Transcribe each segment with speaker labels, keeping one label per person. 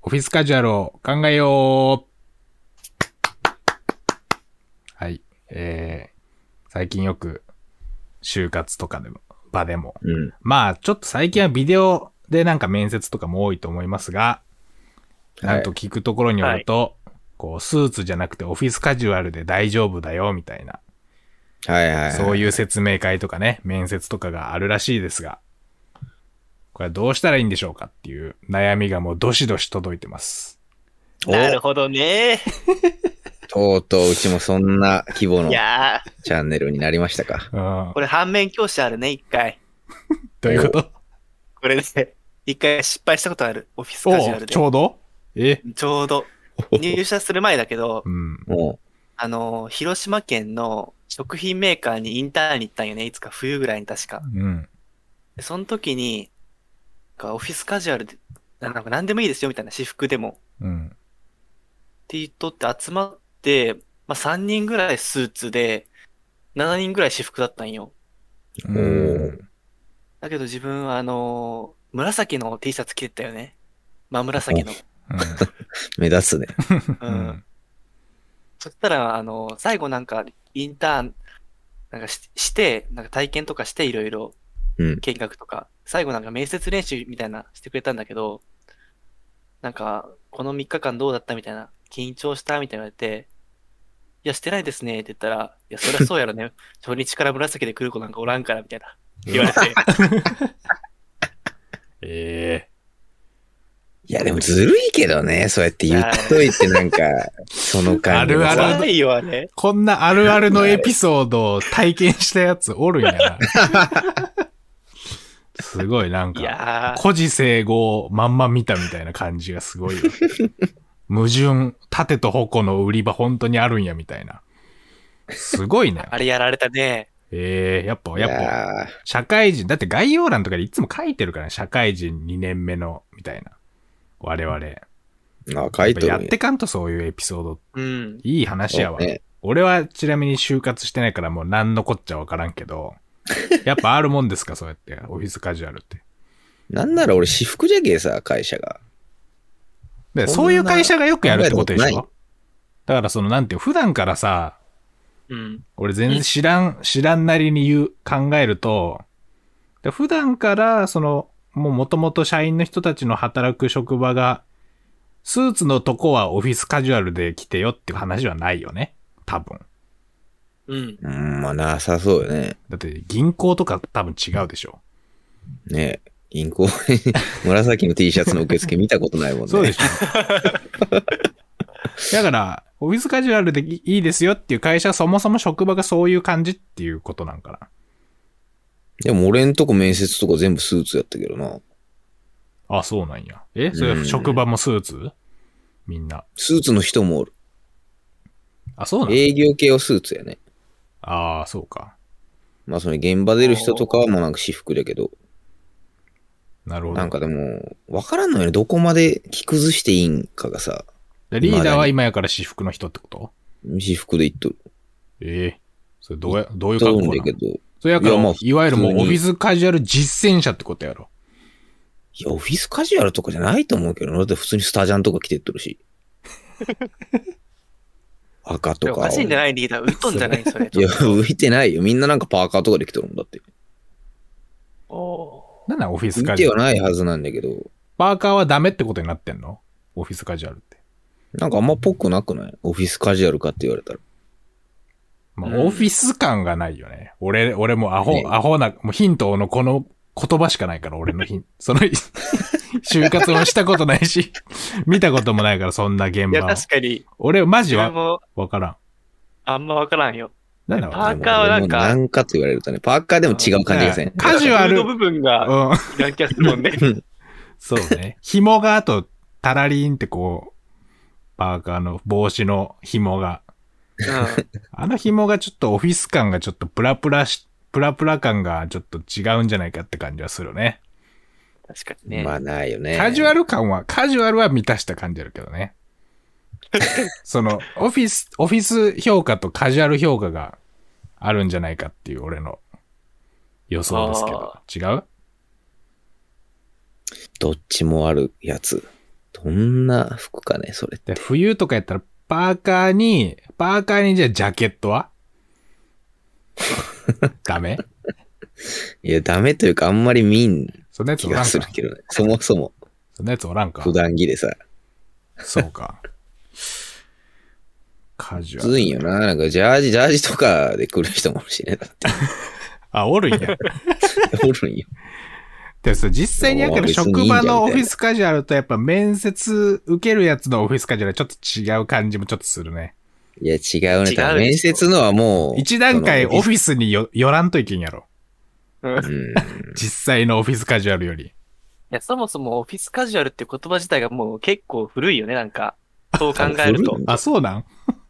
Speaker 1: オフィスカジュアルを考えようはい。えー、最近よく、就活とかでも、場でも。
Speaker 2: うん。
Speaker 1: まあ、ちょっと最近はビデオでなんか面接とかも多いと思いますが、なんと聞くところによると、こう、スーツじゃなくてオフィスカジュアルで大丈夫だよ、みたいな。
Speaker 2: はいはいはい。
Speaker 1: そういう説明会とかね、面接とかがあるらしいですが、これはどうしたらいいんでしょうかっていう悩みがもうどしどし届いてます。
Speaker 2: お
Speaker 3: なるほどね。
Speaker 2: とうとううちもそんな規模の
Speaker 3: い
Speaker 2: チ
Speaker 3: や
Speaker 2: ャンネルになりましたか。
Speaker 1: うん
Speaker 3: ー、。これ反面教師あるね、一回。
Speaker 1: ということ
Speaker 3: これで、 一回失敗したことある。オフィスカジュア
Speaker 1: お
Speaker 3: ルで。
Speaker 1: ちょうどえ
Speaker 3: ちょうど、入社する前だけど、
Speaker 1: うん。
Speaker 2: も
Speaker 3: あのー、広島県の食品メーカーにインターンに行ったんよね。いつか冬ぐらいに確か。
Speaker 1: うん。
Speaker 3: でその時に、なんかオフィスカジュアルで、なんか何でもいいですよみたいな、私服でも。っ
Speaker 1: うん。
Speaker 3: て言っとって集まって、まあ3人ぐらいスーツで、7人ぐらい私服だったんよ。
Speaker 1: う
Speaker 2: お
Speaker 1: ん
Speaker 2: ー。
Speaker 3: だけど自分はあのー紫の T シャツ着てったよね。まあ紫の。
Speaker 2: う目立つね。
Speaker 3: う。
Speaker 1: うんん。
Speaker 3: そしたら、あのー最後なんかインターン、なんかしして、なんか体験とかしていろいろ
Speaker 2: うん、
Speaker 3: 見学とか、最後なんか面接練習みたいなしてくれたんだけど、なんか、この3日間どうだったみたいな、緊張したみたいな言われて、いや、してないですねって言ったら、いや、そりゃそうやろね。初日から紫で来る子なんかおらんから、みたいな。言われて。
Speaker 1: え
Speaker 2: いや、でもずるいけどね。そうやって言っといて、なんか、その感じが
Speaker 1: あ
Speaker 2: さ
Speaker 1: るある
Speaker 3: 怖いよ、あれ
Speaker 1: え。。こんなあるあるのエピソードを体験したやつおるんやな。すごい、なん
Speaker 3: い
Speaker 1: か、
Speaker 3: やー。
Speaker 1: 孤児生語まんま見たみたいな感じがすごいわ矛盾、盾と矛の売り場本当にあるんやみたいな。すごいね。
Speaker 3: あれやられたね。
Speaker 1: ええやっぱ、
Speaker 2: い
Speaker 1: やっぱ、
Speaker 2: やー
Speaker 1: 社会人、だって概要欄とかでいつも書いてるからね、社会人2年目の、みたいな。我々。
Speaker 2: あ、書いとるん
Speaker 1: やっぱやってかんとそういうエピソード。
Speaker 3: うん。
Speaker 1: いい話やわ。
Speaker 2: ね。
Speaker 1: 俺はちなみに就活してないからもう何のこっちゃわからんけ ど、やっぱあるもんですか、そうやって。オフィスカジュアルって。
Speaker 2: なんなら俺、私服じゃけえさ、会社が。
Speaker 1: で、
Speaker 2: そんな
Speaker 1: そういう会社がよくやるってことで
Speaker 2: 考え
Speaker 1: した
Speaker 2: こ
Speaker 1: ょだからその、なんていう、普段からさ、
Speaker 3: うん。
Speaker 1: 俺全然知らん、知らんなりに言う、考えると、で普段から、その、もう元々社員の人たちの働く職場が、スーツのとこはオフィスカジュアルで来てよっていう話はないよね。多分。
Speaker 3: うん。
Speaker 2: うん、まあ、なさそうよね。
Speaker 1: だって銀行とか多分違うでしょ。
Speaker 2: ね銀行紫の T シャツの受付見たことないもんね。
Speaker 1: そうでし ょ。だから、オフィスカジュアルでいいですよっていう会社はそもそも職場がそういう感じっていうことなんかな。
Speaker 2: でも俺んとこ面接とか全部スーツやったけどな。
Speaker 1: あ、そうなんや。えそれ
Speaker 2: うん
Speaker 1: 職場もスーツみんな。
Speaker 2: スーツの人もおる。
Speaker 1: あ、そうなん
Speaker 2: 営業系はスーツやね。
Speaker 1: ああ、そうか。
Speaker 2: まあその現場出る人とかはもうなんか私服だけど、
Speaker 1: なるほど。
Speaker 2: なんかでも、わからんのよね。どこまで着崩していいんかがさ、
Speaker 1: でリーダーは今やから私服の人ってこと
Speaker 2: 私服で言っとる。
Speaker 1: ええそれどうや、どういう
Speaker 2: 言っ
Speaker 1: 格
Speaker 2: とる
Speaker 1: 好
Speaker 2: ん
Speaker 1: な
Speaker 2: だけ
Speaker 1: の
Speaker 2: ど、い
Speaker 1: それやから、
Speaker 2: い
Speaker 1: い
Speaker 2: やまあ
Speaker 1: わゆるもう
Speaker 2: 普
Speaker 1: オ
Speaker 2: 通に
Speaker 1: フィスカジュアル実践者ってことやろ。
Speaker 2: や、オフィスカジュアルとかじゃないと思うけどな、だって普通にスタジャンとか着てっとる し。赤と
Speaker 3: お
Speaker 2: か青。
Speaker 3: かしいんじゃないリーダー。うっとんじゃない それ。
Speaker 2: いや、浮いてないよ。みんななんかパーカーとかで着とるもんだって。
Speaker 3: おー
Speaker 1: なんなんオフィス
Speaker 2: 浮
Speaker 1: カ
Speaker 2: い
Speaker 1: ジ
Speaker 2: て
Speaker 1: ュア
Speaker 2: は
Speaker 1: ル。
Speaker 2: ないはずなんだけど、
Speaker 1: パーカーはダメってことになってんのオフィスカジュアルって。
Speaker 2: なんかあんまぽくなくないオフィスカジュアルかって言われたら。
Speaker 1: まあ、
Speaker 3: うん
Speaker 1: オフィス感がないよね。俺、俺もアホ、
Speaker 2: ね
Speaker 1: アホな、もうヒントのこの言葉しかないから、俺のヒンその、就活もしたことないし、見たこともないから、そんな現
Speaker 3: いや、
Speaker 1: 場を。
Speaker 3: 確かに、
Speaker 1: 俺、マジ
Speaker 3: 自分
Speaker 1: は、
Speaker 3: も
Speaker 1: わからん。
Speaker 3: あんまわからんよ。
Speaker 1: なんだ
Speaker 3: パ
Speaker 1: ろう
Speaker 3: ーカーはなんか
Speaker 2: でもなんかって言われるとね、パーカーでも違う感じがせん。
Speaker 1: カジュアル
Speaker 3: フード部分 が、
Speaker 1: うん。
Speaker 3: なんかするもんね。
Speaker 1: そうね。 紐があと、タラリンってこう、パーカーの帽子の紐が。あの紐がちょっとオフィス感がちょっとプラプラし、プラプラ感がちょっと違うんじゃないかって感じはするね。
Speaker 3: 確かにね。
Speaker 2: まあないよね。
Speaker 1: カジュアル感は、カジュアルは満たした感じあるけど ね。その、オフィス、オフィス評価とカジュアル評価があるんじゃないかっていう俺の予想ですけど。違う
Speaker 2: どっちもあるやつ。どんな服かね、それって
Speaker 1: で。冬とかやったら、パーカーに、パーカーにじゃあジャケットは ダメ
Speaker 2: いや、ダメというか、あんまり見ん
Speaker 1: そんなやつ
Speaker 2: 気
Speaker 1: おらん
Speaker 2: が
Speaker 1: か。
Speaker 2: するけどね。そもそも、
Speaker 1: そんなやつおらんか
Speaker 2: 普。段着でさ。
Speaker 1: そうか。カジ
Speaker 2: む
Speaker 1: ュア
Speaker 2: ず
Speaker 1: ル。
Speaker 2: いんよな。なんか、ジャージ、ジャージとかで来る人もおるしね。だって、
Speaker 1: あ、おるんや。
Speaker 2: おるんよ。
Speaker 1: でそう実際にやけ
Speaker 2: もう
Speaker 1: ど
Speaker 2: 別に
Speaker 1: 職
Speaker 2: いいんじゃ
Speaker 1: 場
Speaker 2: ん
Speaker 1: のオフィスカジュアルとやっぱ面接受けるやつのオフィスカジュアルはちょっと違う感じもちょっとするね。
Speaker 2: いや、違うね。
Speaker 3: 違う
Speaker 2: 多分面接のはもう。
Speaker 1: 一段階
Speaker 2: その
Speaker 1: オフィスによ寄らんといけんやろ。
Speaker 3: うんい
Speaker 2: うん。
Speaker 1: 実際のオフィスカジュアルより。
Speaker 3: や、そもそもオフィスカジュアルって言葉自体がもう結構古いよね、なんか。そう考えると
Speaker 2: 古い。んだ
Speaker 1: あ、そうなん
Speaker 3: い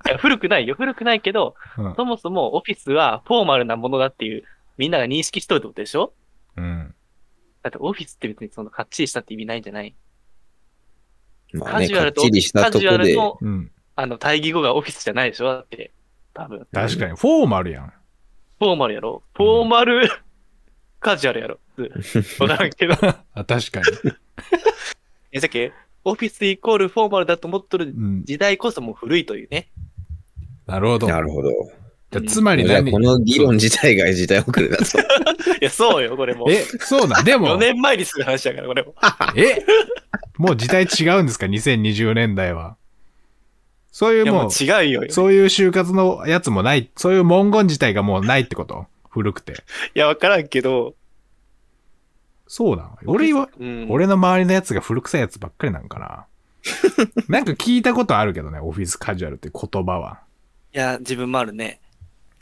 Speaker 3: や古くないよ、古くないけど、
Speaker 1: うん
Speaker 3: そもそもオフィスはフォーマルなものだっていう、みんなが認識しとるってことでしょ
Speaker 1: うん。
Speaker 3: だってオフィスって別にそのかっちりしたって意味ないんじゃない
Speaker 2: まあ
Speaker 3: カ
Speaker 2: ね、
Speaker 3: ジュア
Speaker 2: かっ
Speaker 3: ルと、
Speaker 2: ちりした
Speaker 3: カ
Speaker 2: と
Speaker 3: ジュ
Speaker 2: こ
Speaker 3: アル
Speaker 2: で。
Speaker 3: の
Speaker 1: うん。
Speaker 3: あの対義語がオフィスじゃないでしょだって、多分。
Speaker 1: 確かに、フォーマルやん。
Speaker 3: フォーマルやろフォーマル、カジュアルや ろわからんけど。
Speaker 1: あ、確か
Speaker 3: え、さっき、オフィスイコールフォーマルだと思っと
Speaker 1: に。
Speaker 3: る
Speaker 1: うん。
Speaker 3: 時代こそもう古いとい うね。
Speaker 1: なるほど。
Speaker 2: なるほど。
Speaker 1: じゃあつまり
Speaker 2: じゃあ、
Speaker 1: 何
Speaker 2: この議論自体が時代遅れ だと。
Speaker 3: いや、そうよ、これも。
Speaker 1: え、そうなんで
Speaker 3: 4
Speaker 1: も、
Speaker 3: 年前にする話だから、これも。
Speaker 1: えもう時代違うんですか ?2020 年代は。そうい
Speaker 3: いうや、も
Speaker 1: も
Speaker 3: う
Speaker 1: う、
Speaker 3: 違うよ。
Speaker 1: そういう就活のやつもない、そういう文言自体がもうないってこと古くて。
Speaker 3: いや、わからんけど。
Speaker 1: そうなの俺は、
Speaker 3: うん。
Speaker 1: 俺の周りのやつが古臭いやつばっかりなんかな。なんか聞いたことあるけどね、オフィスカジュアルって言葉は。
Speaker 3: いや、自分もあるね。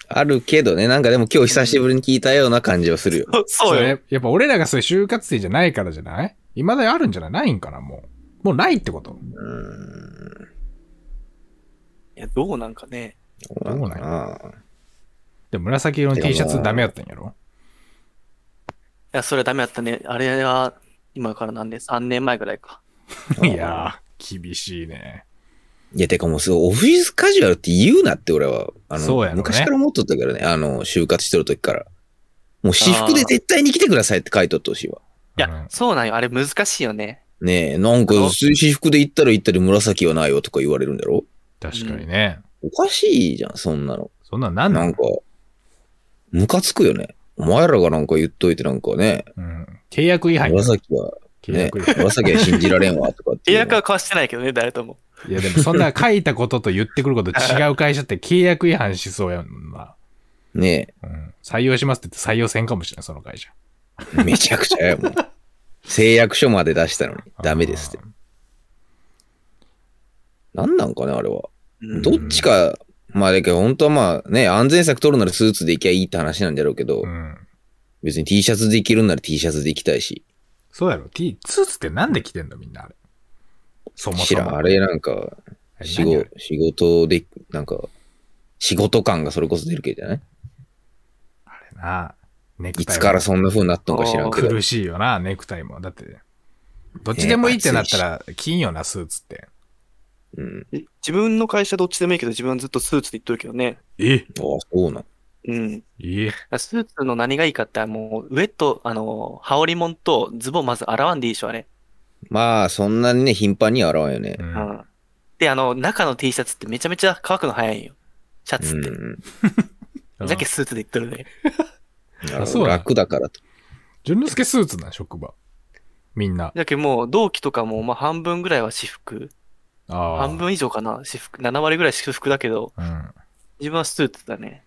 Speaker 2: あるけどね、なんかでも今日久しぶりに聞いたような感じはするよ。
Speaker 3: そうよ。
Speaker 1: れやっぱ俺らがそういう就活生じゃないからじゃない未だにあるんじゃないないんかなもう。もうないってこと
Speaker 2: う
Speaker 3: いや、どうなんかね。
Speaker 2: ー
Speaker 1: ど
Speaker 2: ん。
Speaker 1: う
Speaker 2: どう
Speaker 1: なん
Speaker 2: な
Speaker 1: や
Speaker 2: んか
Speaker 1: で、紫色の T シャツダメやったんやろ
Speaker 3: いや、それはダメだったね。あれは、今からなんで、3年前ぐらいか。
Speaker 2: ない
Speaker 1: やー、厳しいね。
Speaker 2: いや、てかもうすごい、オフィスカジュアルって言うなって俺は、あの、
Speaker 1: そうやろね
Speaker 2: 昔から思っとったけどね、あの、就活してる時から。もう私服で絶対に来てくださいって書いとってほしいわ。
Speaker 3: いや、
Speaker 1: うん
Speaker 3: そうなんよ。あれ難しいよね。
Speaker 2: ねえ、なんか、
Speaker 3: あ
Speaker 2: 私服で行ったら行ったり紫はないよとか言われるんだろ
Speaker 1: 確かにね。
Speaker 2: おかしいじゃん、そんなの。
Speaker 1: そんなんなんな
Speaker 2: なん
Speaker 1: ん
Speaker 2: か、ムカつくよね。お前らがなんか言っといてなんかね、
Speaker 1: うん。契約違反や。
Speaker 2: 紫は、
Speaker 1: 契
Speaker 2: ね
Speaker 1: 約違、反。
Speaker 2: 紫は信じられんわとかって
Speaker 3: 契
Speaker 2: いうの。
Speaker 3: 約は交わしてないけどね、誰とも。
Speaker 1: いやでもそんな書いたことと言ってくること違う会社って契約違反しそうやんな。
Speaker 2: ね
Speaker 1: う
Speaker 2: え、
Speaker 1: ん。採用しますって言って採用せんかもしれない、その会社。
Speaker 2: めちゃくちゃやもん。誓約書まで出したのに、ダメですって。
Speaker 1: あ
Speaker 2: なんなんかね、あれは。
Speaker 3: うん
Speaker 2: どっちか、まあだけど、本当はまあね、安全策取るならスーツで行きゃいいって話なんだろうけど、
Speaker 1: ー。うん。
Speaker 2: 別に T シャツで行けるなら T シャツで行きたいし、
Speaker 1: そうやろ。T、スーツってなんで着てんのみんなあれ。そもそ
Speaker 2: 知らん、
Speaker 1: も。
Speaker 2: あれなんか、
Speaker 1: あれ
Speaker 2: 仕
Speaker 1: 何あ
Speaker 2: 事
Speaker 1: れ、
Speaker 2: 仕事で、なんか、仕事感がそれこそ出るけどじゃない
Speaker 1: あれな。ネク
Speaker 2: い
Speaker 1: タイも。
Speaker 2: つからそんな風になったのか知らんけど。
Speaker 1: 苦しいよな、ネクタイも。だって、どっちでもいいってなったら、金よな、スーツって。
Speaker 2: うん。
Speaker 3: 自分の会社どっちでもいいけど、自分はずっとスーツで言っとるけどね。
Speaker 1: え
Speaker 2: ああ、そうなん。
Speaker 3: うん。
Speaker 1: え
Speaker 3: スーツの何がいいかって、もう、ウェット、あの、羽織もんとズボンまず洗わんでいいでしょ、あれ。
Speaker 2: まあ、そんなにね、頻繁には洗わんよね
Speaker 1: う。。
Speaker 3: うんん。で、あの、中の T シャツってめちゃめちゃ乾くの早いんよ。シャ
Speaker 2: う
Speaker 3: ツって。
Speaker 2: ん。
Speaker 3: じゃけスーツで言っとるね。
Speaker 2: なる
Speaker 1: あ
Speaker 2: ほ
Speaker 1: そう
Speaker 2: ど
Speaker 1: なん
Speaker 2: 楽だからと。
Speaker 1: 純之助スーツな、職場。みんな。
Speaker 3: じゃけもう、同期とかも、まあ、半分ぐらいは私服。
Speaker 1: ああ。
Speaker 3: 半分以上かな私服。7割ぐらい私服だけど、
Speaker 1: うん。
Speaker 3: 自分はスーツだね。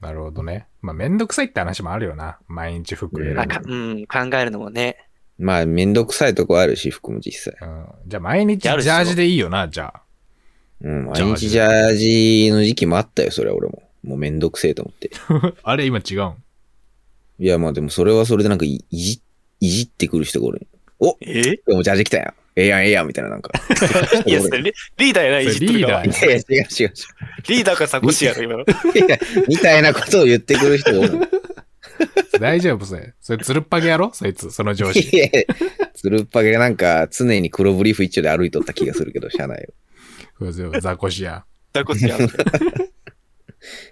Speaker 1: なるほどね。まあ、めんどくさいって話もあるよな。毎日服選ぶ
Speaker 2: うん
Speaker 3: あかうん、考えるのもね。
Speaker 2: まあ、めんどくさいとこあるし、服も実際。
Speaker 1: うん。じゃあ、毎日ジ
Speaker 3: や
Speaker 1: ャ
Speaker 3: るっしょ
Speaker 1: ージでいいよな、じゃあ。
Speaker 2: うん、
Speaker 1: ジャージ
Speaker 2: 毎日ジャージの時期もあったよ、それは俺も。もうめんどくせえと思って。
Speaker 1: あれ、今違うん。
Speaker 2: いや、まあでもそれはそれでなんかいいじ、いじってくる人がおる。お
Speaker 3: え
Speaker 2: 今日もジャージ来たやん。ええやん、ええやん、みたいなな んか。
Speaker 3: いや、それリリーダーやない、い
Speaker 1: そ
Speaker 3: じ
Speaker 1: れ
Speaker 3: っと
Speaker 1: リー
Speaker 3: るか
Speaker 1: ダ
Speaker 3: ら
Speaker 1: ー。や
Speaker 2: いやいや、違う違う違
Speaker 3: リーダーかさ、腰やろ、今の。
Speaker 2: ういや。みたいなことを言ってくる人がおる。
Speaker 1: 大丈夫、それ。それ、つるっぱげやろそいつ、その上司。
Speaker 2: いやいやつるっぱげがなんか常に黒ブリーフ一丁で歩いとった気がするけど、車内を。
Speaker 1: そうそうザコシや。
Speaker 3: だ腰やろ。
Speaker 2: い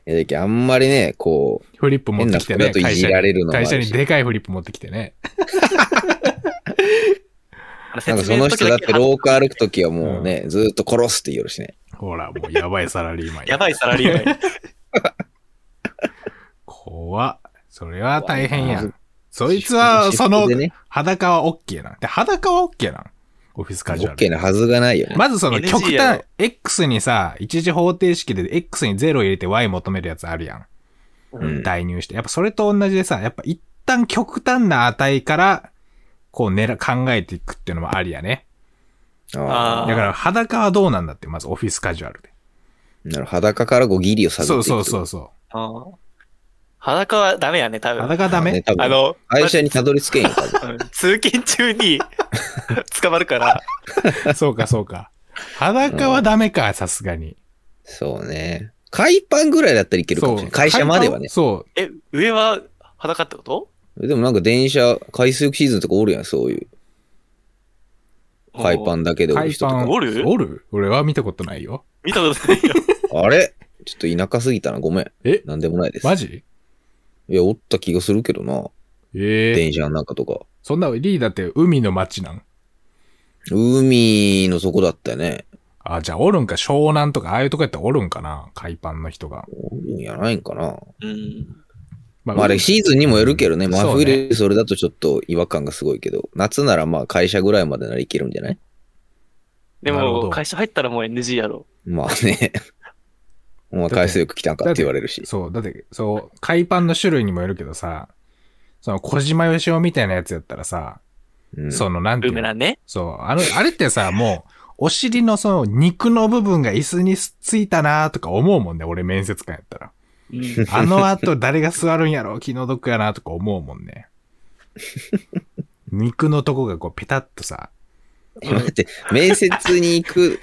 Speaker 2: や、だけどあんまりね、こう、
Speaker 1: フリップ持ってきてね。
Speaker 2: 変な服だといじられるのもあ
Speaker 1: 会
Speaker 2: るし
Speaker 1: 社に会社にでかいフリップ持ってきてね。
Speaker 3: あの
Speaker 2: なんか
Speaker 3: 説
Speaker 2: そ
Speaker 3: 明
Speaker 2: の
Speaker 3: の時
Speaker 2: 人
Speaker 3: だ
Speaker 2: だっ
Speaker 3: け
Speaker 2: て廊下歩くときはもうね、ずーっと殺すって言うしね。
Speaker 1: ほら、もうやばいサラリーマン。
Speaker 3: やばいサラリーマン。
Speaker 1: 怖っ。それは大変や
Speaker 2: 怖い
Speaker 1: ん。そいつは、その
Speaker 2: シフトで、ね、
Speaker 1: 裸は OK なん。で、裸は OK なん。オフィスカジュアル。
Speaker 2: OK なはずがないよね。
Speaker 1: まずその
Speaker 3: NG
Speaker 1: 極
Speaker 3: や
Speaker 1: 端
Speaker 3: ろ、
Speaker 1: X にさ、一時方程式で X に0入れて Y 求めるやつあるやん。
Speaker 2: うん
Speaker 1: 代入して。やっぱそれと同じでさ、やっぱ一旦極端な値から、こう狙、考えていくっていうのもありやね。
Speaker 2: あ
Speaker 3: あ
Speaker 1: だ
Speaker 3: ー
Speaker 2: あ。
Speaker 1: から裸はどうなんだって、まずオフィスカジュアルで。
Speaker 2: なるほど裸からこうギリを探ってい
Speaker 1: そ
Speaker 2: く。
Speaker 1: うそうそううそ
Speaker 3: あー裸はダメやね、多
Speaker 1: う。
Speaker 3: 分。
Speaker 1: 裸はダメ
Speaker 2: ね、多
Speaker 3: あ
Speaker 2: 分
Speaker 3: の、
Speaker 2: 会社にたどり着けんよ。 多分
Speaker 3: うん通勤中に 捕まるから、
Speaker 1: そうかそうか。裸はダメか、さすがに。
Speaker 2: そうね。海パンぐらいだったらいけるかもしれない。会社まではね。
Speaker 1: そう。
Speaker 3: え、上は裸ってこと
Speaker 2: でもなんか電車、海水浴シーズンとかおるやん、そういう。海パ
Speaker 3: ン。
Speaker 2: ンだけでおる
Speaker 1: 海
Speaker 2: 人
Speaker 1: パ
Speaker 2: と
Speaker 1: ン。
Speaker 2: か。
Speaker 3: おる
Speaker 1: おる俺は見たことないよ。
Speaker 3: 見たことないよ。
Speaker 2: あれちょっと田舎すぎたな。ごめん。
Speaker 1: え
Speaker 2: なんでもないです。
Speaker 1: マジ
Speaker 2: いや、おった気がするけどな。
Speaker 1: ええ
Speaker 2: 電車の中とか。
Speaker 1: そんな、リーダーって海の町なん
Speaker 2: 海の底だったよね。
Speaker 1: あ、じゃあおるんか、湘南とか、ああいうとこやったらおるんかな、海パンの人が。
Speaker 2: おるんやないんかな。
Speaker 3: うん。
Speaker 1: ま
Speaker 2: まあ、あれ
Speaker 1: 海
Speaker 2: シーズンにもよるけどね。
Speaker 1: うん
Speaker 2: 真
Speaker 1: そうね
Speaker 2: 冬でそれだとちょっと違和感がすごいけど。夏ならまあ会社ぐらいまでならいけるんじゃない
Speaker 3: で
Speaker 1: なるほ
Speaker 3: も、
Speaker 1: ど
Speaker 3: 会社入ったらもう NG やろ。
Speaker 2: まあ ね。お前海水浴来たんかって言われるし。
Speaker 1: そう、だって、そう、海パンの種類にもよるけどさ、その、小島よしおみたいなやつやったらさ、
Speaker 2: うん、
Speaker 1: その、なんてい
Speaker 3: ブー
Speaker 1: う
Speaker 3: メ
Speaker 1: の
Speaker 3: ランね。
Speaker 1: そう、あの、あれってさ、もう、お尻のその、肉の部分が椅子についたなとか思うもんね、俺面接官やったら。
Speaker 3: うん。
Speaker 1: あの後誰が座るんやろ気の毒やなとか思うもん ね。肉のとこがこうペタッとさ。
Speaker 2: え待って、面接に行く、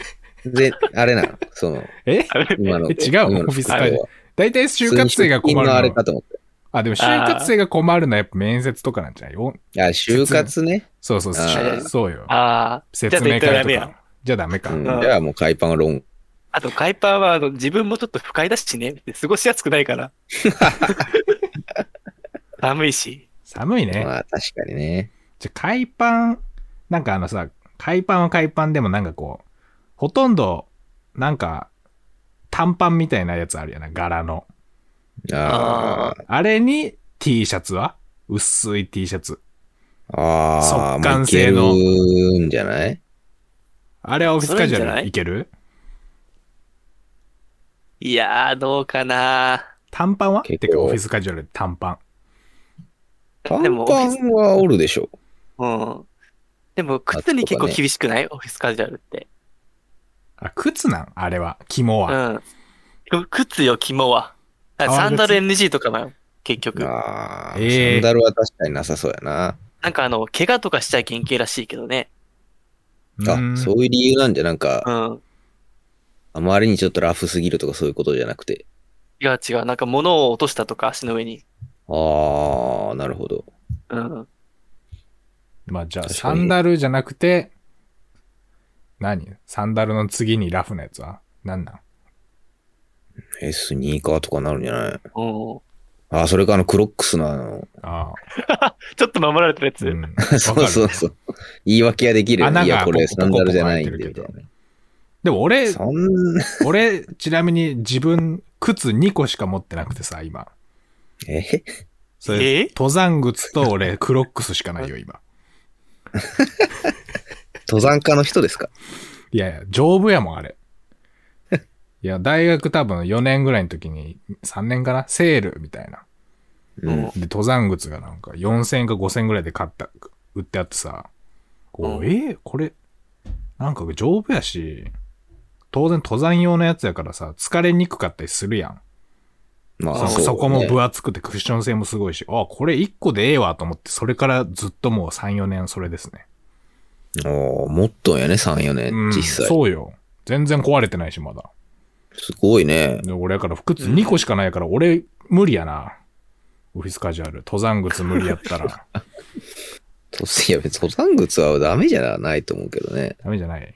Speaker 2: で、 あれなのその、
Speaker 1: え
Speaker 2: 今の。
Speaker 1: え違う
Speaker 2: 今の
Speaker 1: オフィス
Speaker 2: あ
Speaker 1: 会
Speaker 2: れ
Speaker 1: で
Speaker 2: は
Speaker 1: 大体就活生が困るの
Speaker 2: 普通に出勤のあれ
Speaker 1: は
Speaker 2: か。と思っ
Speaker 1: あ、でも就活生が困るのはやっぱ面接とかなんじゃないよ
Speaker 2: た。あ、就活ね。
Speaker 1: そうそう、
Speaker 2: あ
Speaker 3: ー
Speaker 1: そうよ。
Speaker 3: ああ、
Speaker 1: 説明会
Speaker 3: じゃあ
Speaker 1: と
Speaker 3: 絶対ダメ
Speaker 1: か。じゃあダメか。
Speaker 2: うん、じ
Speaker 3: うん
Speaker 2: ゃあもう海パンはロン。
Speaker 3: あと、海パンはあの自分もちょっと不快だしね。過ごしやすくないから。寒いし。
Speaker 1: 寒いね。
Speaker 2: まあ確かにね。
Speaker 1: じゃあ海パン、なんかあのさ、海パンは海パンでもなんかこう、ほとんど、なんか、短パンみたいなやつあるやな、柄の。
Speaker 2: あー
Speaker 1: あれに T シャツは薄い T シャツ。
Speaker 2: あー。
Speaker 1: 速乾性の
Speaker 2: まあいけるんじゃない
Speaker 1: あれはオフィスカジュ
Speaker 3: それいいんじ
Speaker 1: ア
Speaker 3: ゃな
Speaker 1: ル
Speaker 3: い
Speaker 1: いける
Speaker 3: いやー、どうかな。
Speaker 1: 短パンは
Speaker 2: 結
Speaker 1: て
Speaker 2: 構
Speaker 1: かオフィスカジュアルで短パン。
Speaker 2: 短
Speaker 3: でもオフ
Speaker 2: パ
Speaker 3: ィス
Speaker 2: ンはおるでしょ。
Speaker 3: うん。でも、靴に結構厳しくないオフィスカジュアルって。
Speaker 1: あ、靴なんあれは。肝
Speaker 3: う
Speaker 1: は。
Speaker 3: ん。靴よ、肝は。だからサンダル NG とかだよ、結局。
Speaker 2: ああ、
Speaker 1: ええ
Speaker 2: サンダルは確かになさそうやな。
Speaker 3: なんかあの、怪我とかしちゃいけん系らしいけどね。
Speaker 1: うん
Speaker 2: あ、そういう理由なんじゃ、なんか
Speaker 3: う、ん。
Speaker 2: あまりにちょっとラフすぎるとかそういうことじゃなくて。
Speaker 3: 違う違う。なんか物を落としたとか、足の上に。
Speaker 2: ああ、なるほど。
Speaker 3: うん。
Speaker 1: まあじゃあ
Speaker 2: 確
Speaker 1: サ
Speaker 2: かに
Speaker 1: ンダルじゃなくて、何サンダルの次にラフなやつは何なん
Speaker 2: え、スニーカーとかなるんじゃない
Speaker 3: うん
Speaker 2: ああ、それかあの、クロックスのあの、
Speaker 1: ああ。
Speaker 3: ちょっと守られてるやつ。
Speaker 1: うん。わか
Speaker 2: そうそう
Speaker 1: る。
Speaker 2: そう。言い訳はできるよね。
Speaker 1: 穴
Speaker 2: い
Speaker 1: が
Speaker 2: や、これ
Speaker 1: ポコ
Speaker 2: サンダルじゃないん
Speaker 1: ポ
Speaker 2: で、
Speaker 1: コポ
Speaker 2: み
Speaker 1: コ
Speaker 2: た
Speaker 1: 開
Speaker 2: い
Speaker 1: いでも
Speaker 2: な。
Speaker 1: 俺、
Speaker 2: そんな、
Speaker 1: 俺、ちなみに自分、靴2個しか持ってなくてさ、今。
Speaker 2: え
Speaker 1: それ
Speaker 3: え
Speaker 1: 登山靴と俺、クロックスしかないよ、今。
Speaker 2: 登山家の人ですか
Speaker 1: いやいや、丈夫やもん、あ れ。いや、大学多分4年ぐらいの時に、3年かなセールみたいな。
Speaker 2: うん。
Speaker 1: で、登山靴がなんか4000円か5000円ぐらいで買った、売ってあってさ、こう、
Speaker 3: うん
Speaker 1: えーこれ、なんか丈夫やし、当然登山用のやつやからさ、疲れにくかったりするやん。
Speaker 2: ま
Speaker 1: そ
Speaker 2: あ、
Speaker 3: う
Speaker 2: うね
Speaker 1: そこも分厚くてクッション性もすごいし、あ、これ1個でええわと思って、それからずっともう3、4年それですね。
Speaker 2: おーもっとんやね、3、4年、
Speaker 1: うん、
Speaker 2: 実際。
Speaker 1: そうよ。全然壊れてないし、まだ。
Speaker 2: すごいね。
Speaker 1: で俺やから靴2個しかないから俺無理やな。オフィスカジュアル。登山靴無理やったら。
Speaker 2: といや、別に登山靴はダメじゃないと思うけどね。
Speaker 1: ダメじゃない。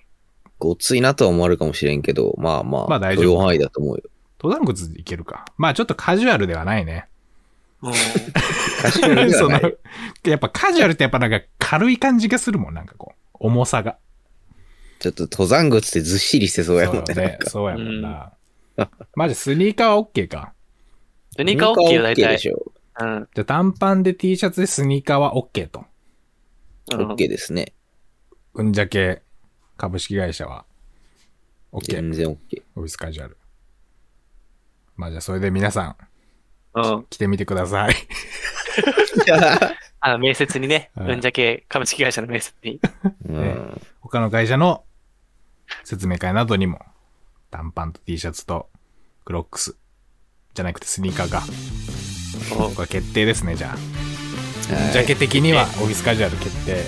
Speaker 2: ごっついなとは思われるかもしれんけど、まあまあ、
Speaker 1: まあ大丈夫
Speaker 2: 許容範囲だと思うよ。
Speaker 1: 登山靴いけるか。まあちょっとカジュアルではないね。
Speaker 3: うん
Speaker 2: カジュアルでは
Speaker 1: そ
Speaker 2: な
Speaker 1: の
Speaker 2: い。
Speaker 1: やっぱカジュアルってやっぱなんか軽い感じがするもん。なんかこう。重さが。
Speaker 2: ちょっと登山靴ってずっしりしてそうや
Speaker 1: そう
Speaker 2: もん
Speaker 1: よ
Speaker 2: ね。なん
Speaker 1: ね。
Speaker 2: か
Speaker 1: そうやもんな。 マジ、スニーカーは OK か。
Speaker 3: スニーカー OK よ、
Speaker 2: スニーカー
Speaker 3: 大
Speaker 2: OK で
Speaker 3: 体。
Speaker 2: しょ。
Speaker 3: うん。
Speaker 1: じゃあ短パンで T シャツでスニーカーは OK と。
Speaker 3: うん。
Speaker 2: OK ですね。
Speaker 1: うんじゃけ株式会社は OK。
Speaker 2: 全然 OK。
Speaker 1: オフィスカジュアル。まあじゃあそれで皆さん
Speaker 3: うん。
Speaker 1: 着てみてください。
Speaker 3: あの、面接にね、
Speaker 1: うん
Speaker 3: うんじゃけ株式会社の面接に。
Speaker 2: うん
Speaker 1: 他の会社の説明会などにも短パンと T シャツとクロックスじゃなくてスニーカーか。
Speaker 3: お
Speaker 1: これ決定ですね、じゃあ。
Speaker 2: はい
Speaker 1: ジャケ的にはオフィスカジュアル決定。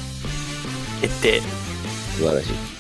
Speaker 3: 決定。
Speaker 2: 素晴らしい。